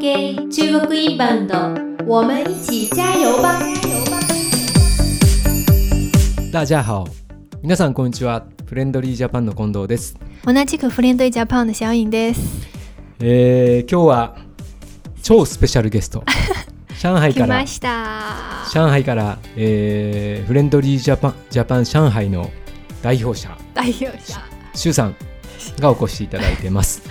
系中国インバウンド，我们一起加油吧！ダジャハオ皆さんこんにちはフレンドリージャパンの近藤です、同じくフレンドイジャパンの小影です。えー、今日は超スペシャルゲス ト上海来からました。上海から、えーフレンドリージャパンジャパン上海の代表者代表者。シュウさんがお越しいただいて ます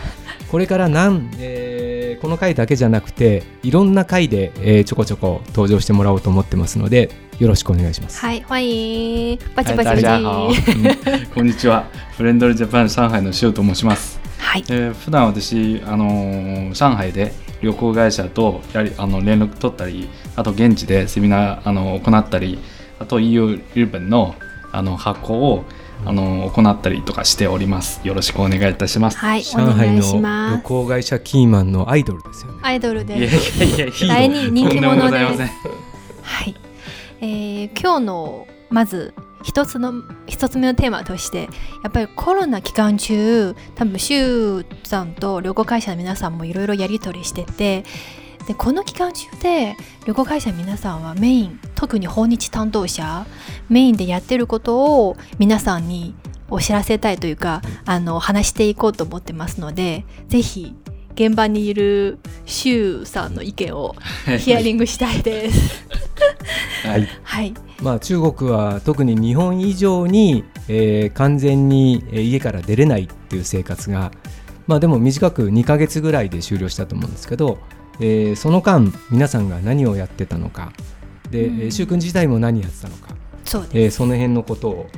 これからなん、えーこの回だけじゃなくていろんな回で、えーちょこちょこ登場してもらおうと思ってますのでよろしくお願いしますはい、欢迎。バチはいバチバチ。大家好は こんにちは。フレンドリージャパン上海の塩と申します。い。えー、普段私、あのー上海で旅行会社とやりあの連絡取ったり、あと現地でセミナーあの行ったり、あと EU 日本のあの発行をあの行ったりとかしております。よろしくお願いいたします。はい、お上海願いしのま旅す。行会社キーマンのアイドルですよねアイドルいやいです。やいやいや。大人人気とんでも者ございまですせん。。はい。えー今日のまず一つの一つ目のテーマとして、やっぱりコロナ期間中、多分シュウさんと旅行会社の皆さんもいろいろやり取りしてて。でこの期間中で旅行会社の皆さんはメイン特に訪日担当者メインでやってることを皆さんにお知らせたいというかあの話していこうと思ってますのでぜひ現場にいるシュウさんの意見をヒアリングしたいです。はい。はい、まあ、中国は特に日本以上に、えー完全にえー家から出れないっていう生活が、まあ、でも短く2ヶ月ぐらいで終了したと思うんですけど、えーその間皆さんが何をやってたのかで、うんえー習君自体も何やってたのか、そうです。えーその辺のことを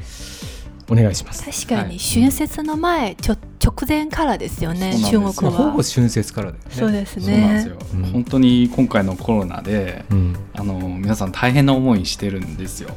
お願いします。確かはにい春節の前、ちょ直前からですよね、そうなん中ですまよあ、国ほぼは。春節からだよね。そうですそうなんですねよ。。うん本当に今回のコロナでうんあの皆さん大変な思いしてるんですよ。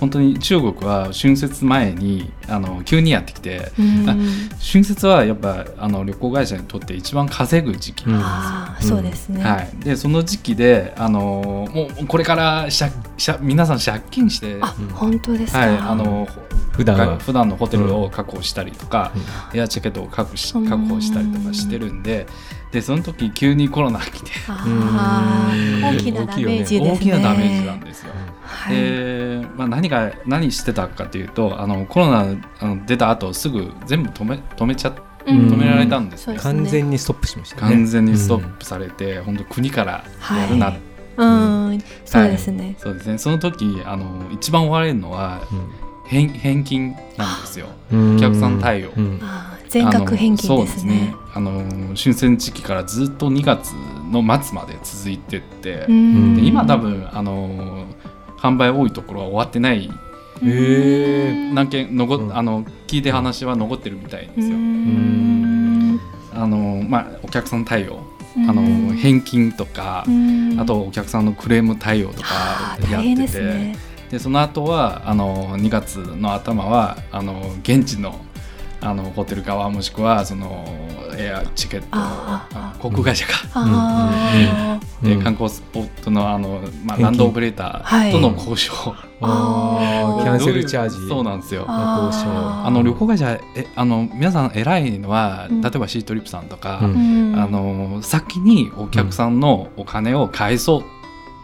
本当に中国は春節前にあの急にやってきてうんあ春節はやっぱあの旅行会社にとって一番稼ぐ時期、うんああ、そうですね。はい、でその時期であのもうこれから借借皆さん借金して、あうん、本当ですか。はい、あの普段は普段のホテルを確保したり とか、うんエアチケットを確保しうん確保したりとかしてるんででその時急にコロナ来てあうんー大きなダメージですね。大きなダメージなんですよ。はい。でまあ、何が何してたかというとあのコロナあの出た後すぐ全部止め止めちゃうん止められたんですそうねですね完全にストップしましたね。完全にストップされて、本当国からやるな、はいうん、そうですね。そうですねその時あの一番追われるのはうん返返金なんですようんお客さん対応うんあー全額返あ金のでそうですすねね。あの春戦時期からずっと2月の末まで続いてって、うんで今多分あの販売多いところは終わってないうんへー何件残っうんあの聞いて話は残ってるみたいなんうですよ。んあのまあ、お客さん対応あの返金とか、うんあとお客さんのクレーム対応とかあーや大って変てですね。でその後はあの2月の頭はあの現地のあのホテル側もしくはそのエアチケットあーあ航空会社か、あーうでん観光スポットのあの、ま返あ、金ランドオブレーターとの交渉、あーあーキャンセルチャージ。そうなんですよあーあの旅行会社えあの皆さん偉いのは、うん例えばシートリップさんとか、うんうんあの先にお客さんのお金を返そうっ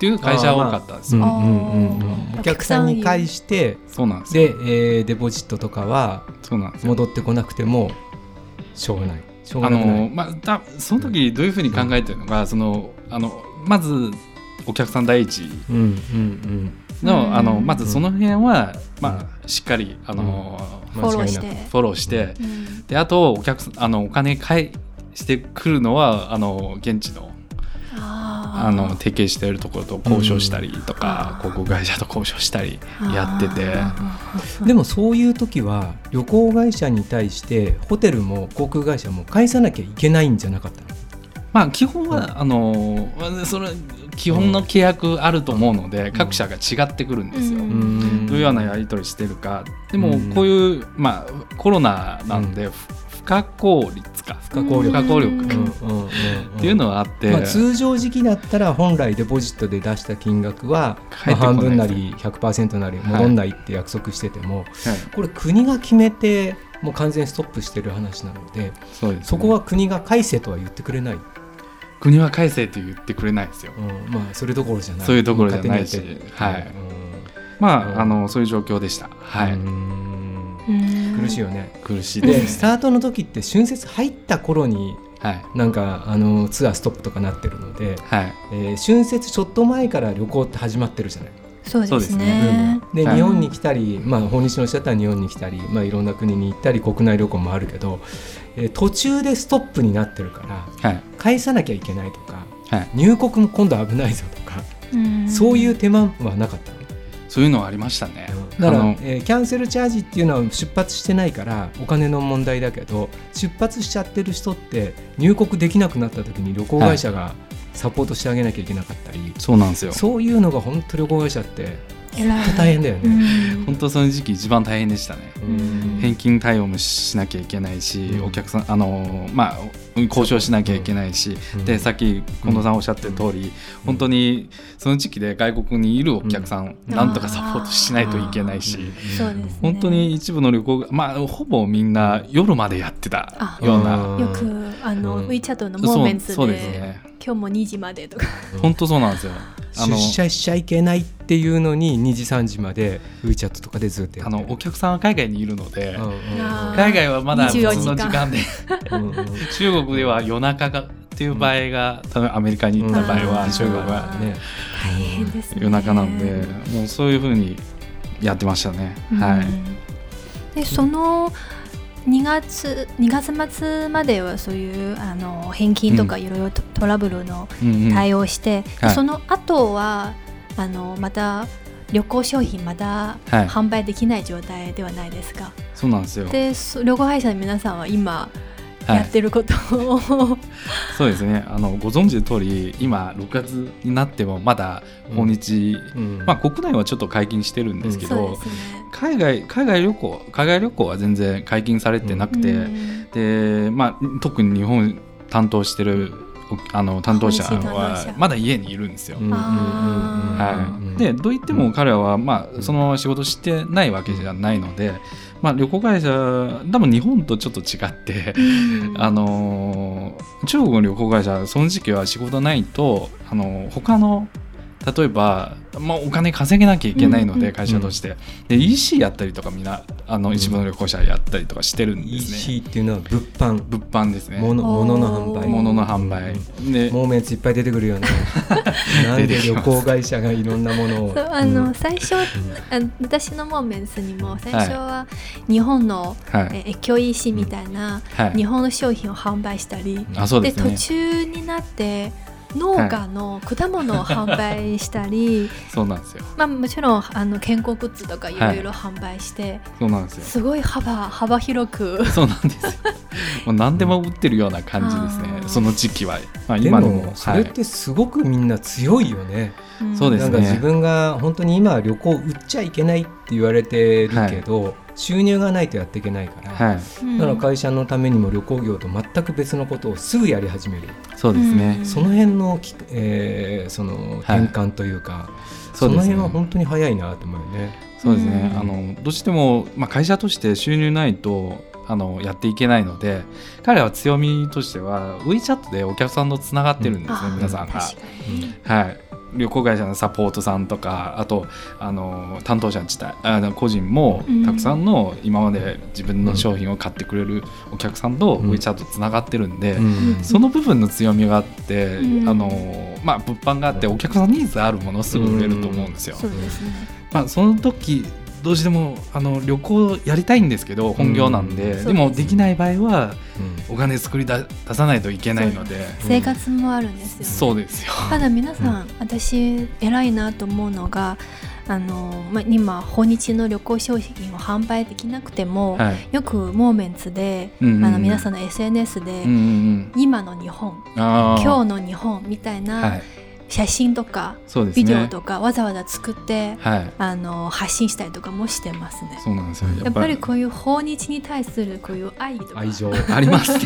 ていう会社が多かったんですうよ、んうんうんあうんーお客さんに返してそうなんですよで、えーデポジットとかはそうなんですよ戻ってこなくてもしょうがないしょうあがなくなのいまあたその時どういうふうに考えてるのが、そのあのまずお客さん第一うんうんの,、うんあのまずその辺は、うんまあ、しっかりあの、うんフォローし間違て。フォローして、うんであとお客さんあのお金返してくるのはあの現地のああの提携しているところと交渉したりとか、うん航空会社と交渉したりやってて。うんでもそういう時は旅行会社に対してホテルも航空会社も返さなきゃいけないんじゃなかったのまあ基本は、うあのまあそれ基本の契約あると思うので、各社が違ってくるんですよ。うんんどういうようなやり取りしてるかでうもんこういう、まあ、コロナなんで、ふ不可抗率か不可抗力不可抗力うかうんんうんうんうんっていうのはあって、まあ、通常時期だったら本来デポジットで出した金額は、ま返あってこな半い分なり100%なり戻んないって約束してても、はいこれ国が決めてもう完全にストップしてる話なのでそうですねそこは国が返せとは言ってくれない、国は返せって言ってくれないですよ。うんまあそれどころじゃないそういうところじゃないし勝手にやってるはういんまうんあ、あのそういう状況でした。はうい、ん苦苦しいよね苦しいででスす。タートの時って春節入った頃にはい、なんかあのツアーストップとかなってるので、はい、えー春節ちょっと前から旅行って始まってるじゃないそうそでうですすねね。ではい日本に来たり、まあ、訪日の人だったら日本に来たり、まあ、いろんな国に行ったり国内旅行もあるけど、えー途中でストップになってるからはい、返さなきゃいけないとかはい、入国も今度危ないぞとか、うんそういう手間はなかったのそういうのはありましたね。だからあの、えーキャンセルチャージっていうのは出発してないからお金の問題だけど出発しちゃってる人って入国できなくなった時に旅行会社がサポートしてあげなきゃいけなかったり、そうなんですよ。そういうのが本当旅行会社って偉い大変だよね。うん本当その時期一番大変でしたね。うん返金対応もしなきゃいけないし、うんお客さんあのまあ交渉しなきゃいけないし、うんでさっき近藤さんおっしゃってる通り、本当にその時期で外国にいるお客さん、うんなんとかサポートしないといけないし、そうですね本当に一部の旅行がまあほぼみんな夜までやってあたような、うんよくあの、うん WeChat のモーそメンうツそうでですね今日も2時までとか本当そうなんですよ。あ出の社しちゃいけないっていうのに2時3時まで WeChat とかでずっとやあってるのお客さんは海外にいるので、うんうんあ海外はまだそ24の時間時間 でうんうんうん中国では夜中がっていう場合が、多分アメリカに行った場合は、うん中国はね大変ですね夜中なんで、もうそういうふうにやってましたね、うんはいでその2月2月末まではそういうあの返金とかいろいろトトラブルのうんうん対応して、はいその後はあのまた旅行商品まだはい販売できない状態ではないですか、そうなんですよでそ旅行会社の皆さんは今はやっいてることを、そうですねあのご存知の通り今6月になってもまだ訪日、うんまあ国内はちょっと解禁してるんですけそうど、ですね海外海外旅行海外旅行は全然解禁されてなくて、うんでまあ特に日本担当してるおあの担当者日本人担当者はまだ家にいるんですようんうんうんうんはうんい、でどう言っても彼らは、まうあ、んその仕事してないわけじゃないので、まあ、旅行会社多分日本とちょっと違って、あのー中国の旅行会社その時期は仕事ないと、あのー他の例えば、まあ、お金稼げなきゃいけないのうんうで、ん会社としてで EC やったりとかみんなあの一部の旅行者やったりとかしてるんですね、 EC っていうのは物販物販ですね物物の販売物の販売、でもうめついっぱ い出てくるよねなんで旅行会社がいろんなものをそうあの、うん最初あ私のモーメンスにも最初は日本の、はい、え越境 EC みたいなはい日本の商品を販売したり、あそうでですね途中になって農家の果物を販売した り、そうなんですよまあ、もちろんあの健康グッズとかいろいろ販売して、そうなんですよすごい幅幅広くそうなんですよ。 もう何でも打ってるような感じですあーね。その時期は。まあで今でもも。それっはいてすごくみんな強いよね、そうですなんか自分が本当に今は旅行売っちゃいけないって言われてるけど、収入がないとやっていけないから、はい。うんだから会社のためにも旅行業と全く別のことをすぐやり始める、そうですねうん。その辺のき、えーそのはい転換というか、そそうのです辺はね。本当に早いなと思うよね。そうですね。うんあのどうしてもまあ会社として収入ないと。あのやっていけないので彼らは強みとしては WeChat でお客さんとつながってるんですね、あ皆さんが、確かにはい、旅行会社のサポートさんとかあとあの担当者自体あの個人もうんたくさんの今まで自分の商品を買ってくれるお客さんとうん WeChat つながってるんで、うんその部分の強みがあって、うんあのまあ、物販があってお客さんニーズあるものすぐ売れると思うんですよ。そうですねまあ、その時どうしてもあの旅行やりたいんですけど本業なんで、んでもできない場合はうんお金作りだ出さないといけないので生活もあるんですよねそうですよ。ただ皆さん、私偉いなと思うのがあの、まあ、今訪日の旅行商品を販売できなくても、はいよくモーメンツで、うんうんあの皆さんの SNS で、うんうん今の日本うん、あー今日の日本みたいは、ない写真とか、そうですねビデオとかわざわざ作ってはいあの発信したりとかもしてますね。そうなんですよやっぱりこういう訪 日こういう訪日に対するこういう愛とか愛情ありますね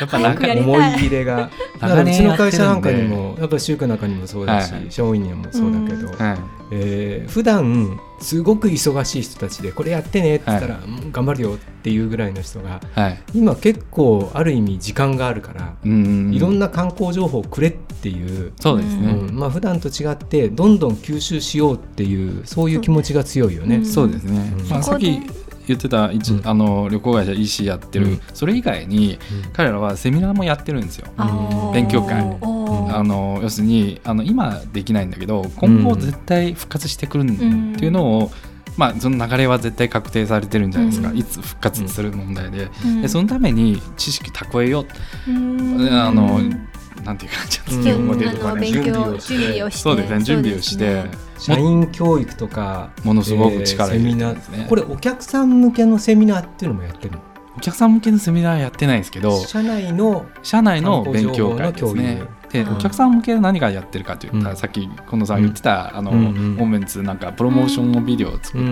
やっぱ早く仲やりたい 思い入れがだからうちの会社なんかに長年やってるんでもやっぱり週刊なんかにもそうだし、はいはい社員にもそうだけど、はいえー普段すごく忙しい人たちでこれやってねって言ったら、うん頑張るよっていうぐらいの人がはい今結構ある意味時間があるから、うんいろんなな観光情報をくれっていう、そうですうね、んまあ普段と違ってどんどん吸収しようっていうそういう気持ちが強いよね。うんそうですね、うんまあ、そさこっでき言ってた一、うんあの旅行会社 EC やってる、うんそれ以外にうん彼らはセミナーもやってるんですよ。あー勉強会おーあの要するにあの今できないんだけど今後絶対復活してくるんうんっていうのを、まあ、その流れは絶対確定されてるんじゃないですか、ういつ復活する問題で,、うんでそのために知識蓄えようんあのなんていう感じなんですきけゅど、うんモデあルとかのね勉準備強をして準備をしてそうですね準備をして、社員教育とかものすごく力えーセ入れミてナるんですねーこれお客さん向けのセミナーっていうのもやってるお客さん向けのセミナーやってないんですけどの社内の社内の勉強会ですね観。うでんお客さん向けの何がやってるかというと、うんさっき近藤さん言ってた、あのうんうんモーメンツなんかプロモーションのビデオを作って、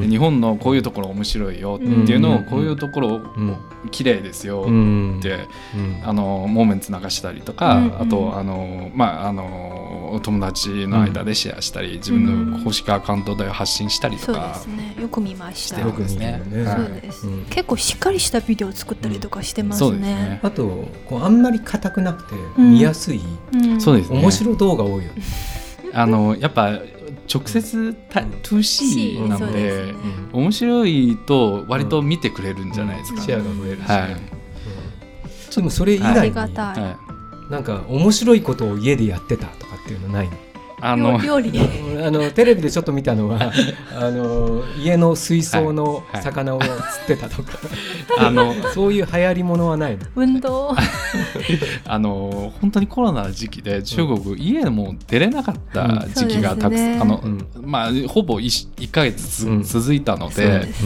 で日本のこういうところ面白いよっていうのを、うんこういうところうん綺麗ですよ本って、うんあのモーメンツ流したりとか、うんうんあとあのまああのお友達の間でシェアしたり、自分の公式アカウントで発信したりとそうでか、すねよく見まししたてよるくんですねよく見るよね。そうです、うん結構しっかりしたビデオを作ったりとかしてますそうですねね。あとこうあんまり硬くなくてん見やすい、うんそうですね。面白い動画多いよね。あのやっぱ直接た 2C なそのうでですね面白いと割と見てくれるんじゃないですか、シェアが増えるし、はいうんでもそれ以あ外りにがたい。はい、なんか面白いことを家でやってたとかっていうのないのあ料の料理 あのテレビでちょっと見たのはあの家の水槽のはい魚を釣ってたとか、あのそういう流行りものはないの。運動。あの本当にコロナの時期で中国、家も出れなかった時期がたくさん、うんあのうんまあ、ほぼ 1, 1ヶ月つ、うん続いたのそうでです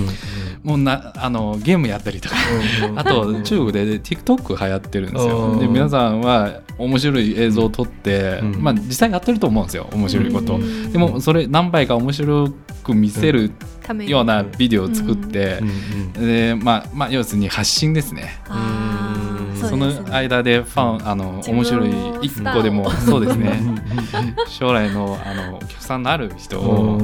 もうなあのゲームやったりとか。あと中国で TikTok 流行ってるんですうよんで皆さんは面白い映像を撮って、うんまあ、実際やってると思うんですよ面白いこと、うんでもそれ何倍か面白く見せるためにようなビデオを作って、でまあ、まあ要するに発信ですねあーうんそうそですねの間でファンあの自分を面白い一個でもスそうですねね。将来のあのお客さんのある人うをん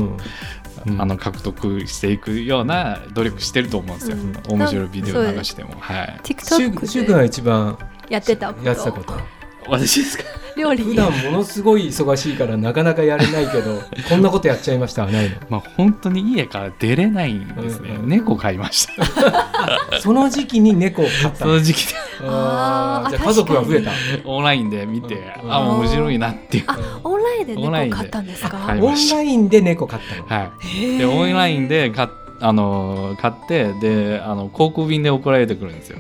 うんあの獲得していくような努力してると思うんですようん面白いビデオ流してもはいシュ TikTok ウシュウ君でが一番やってたことやってたこと私ですか料理普段ものすごい忙しいからなかなかやれないけどこんなことやっちゃいましたはないのまあ本当に家から出れないんですねうん猫飼いましたその時期に猫を飼ったそのの時期であーあーじゃあ家族が増えた オンラインで見てうんあ面白いなっていうあオンラインでオンライン猫買でったんですはかいオンラインで猫飼ったの、はいでオンラインで買っあの買ってであの航空便で送られてくるんですよ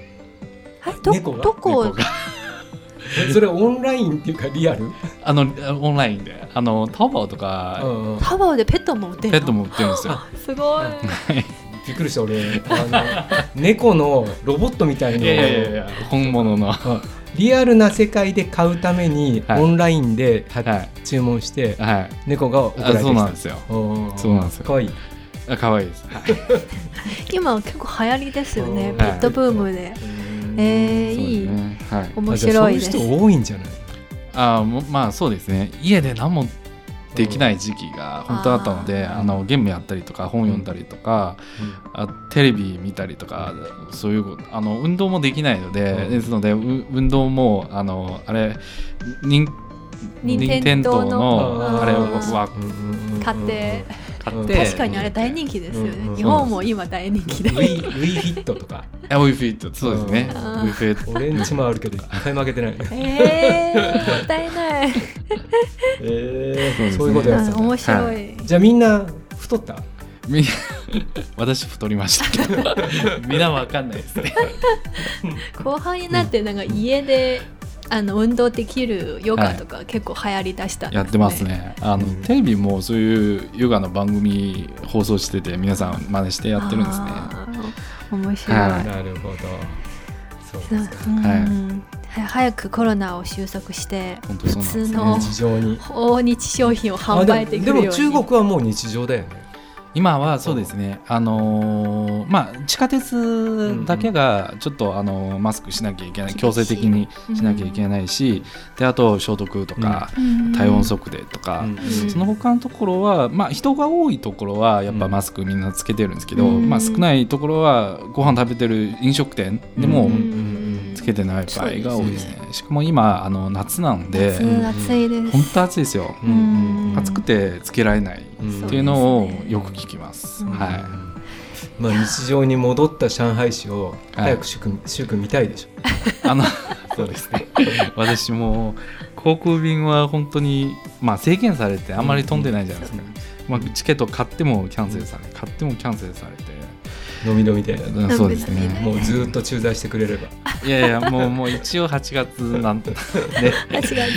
はいど猫がどこ猫がえそれオンラインっていうかリアル、あのオンラインであのタオバオとか、うんうんタワーでペットも売ってるペットも売ってるんですよ。すごいびっくりした俺あの猫のロボットみ たいいのやいやいやいをや、本物の。はあリアルな世界で買うためにはいオンラインでははい注文してい。あ猫が送られてきたそうなんですよ。うんそうなんですよかわいいあ可愛いです。はい今結構流行りですよねうんペットブームでえーそうですいいねはい。面白いであすじゃあそういう人多いんじゃないあー、もうまあそうですね。家で何もできない時期が本当だったので、ああーのゲームやったりとか本読んだりとか、あテレビ見たりとか、そういうことあの運動もできないので、うんですのでう運動もあのあれ任任任天天堂堂ののあれをあーわ買って買って確かにあれ大人気ですようんうんね日本も今大人気でウィウィフィットとかあウィフィットそうですね。ウうんィフィット俺んちもある けど一回負けてないえーもったいないえそうですねそういうことやってうんたんだ面白いじゃあみんな太ったみ んな私太りました けどみんなわかんないですね後半になってなんか家であの運動できるヨガとか結構流行りだしたんですやってますねあの、うんテレビもそういうヨガの番組放送してて皆さん真似してやってるんですねあー面白い、はなるほどそううですかんはいは早くコロナを収束して本当そうなんです普通ねの日常に訪日商品を販売できるようにあでもでも中国はもう日常だよね今はそうですね、あのーまあ、地下鉄だけがちょっと、あのーマスクしなきゃいけ厳ないしい強制的にしなきゃいけないし、であと消毒とか、体温測定とか、うんその他のところは、まあ、人が多いところはやっぱマスクみんなつけてるんですけど、うんまあ、少ないところはご飯食べてる飲食店でもうんつけてない場合が多いですね。しかも今あの夏なんで夏暑いです。本当暑いですよ。うんうんうん暑くてつけられないうんっていうのをよく聞きます。うんはまあ、日常に戻った上海市を早く習君習君見たいでしょ。い。あのそうですね。私も航空便は本当にまあ制限されてあんまり飛んでないじゃないですか。まあチケット買ってもキャンセルされ、買ってもキャンセルされて。 飲み飲みで。うんそうですね。もうずっと駐在してくれれば。いやいやもうもう一応8月なんで間違ってない。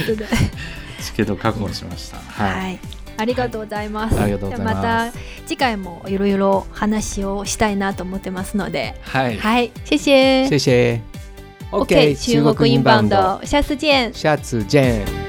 チケット確保しました。はい。はい。ありがとうございます。ありがとうございますじゃあまた次回もいろいろ話をしたいなと思ってますので。はい。はい。谢谢。谢谢。 OK，中国インバウンド，下次见。下次见。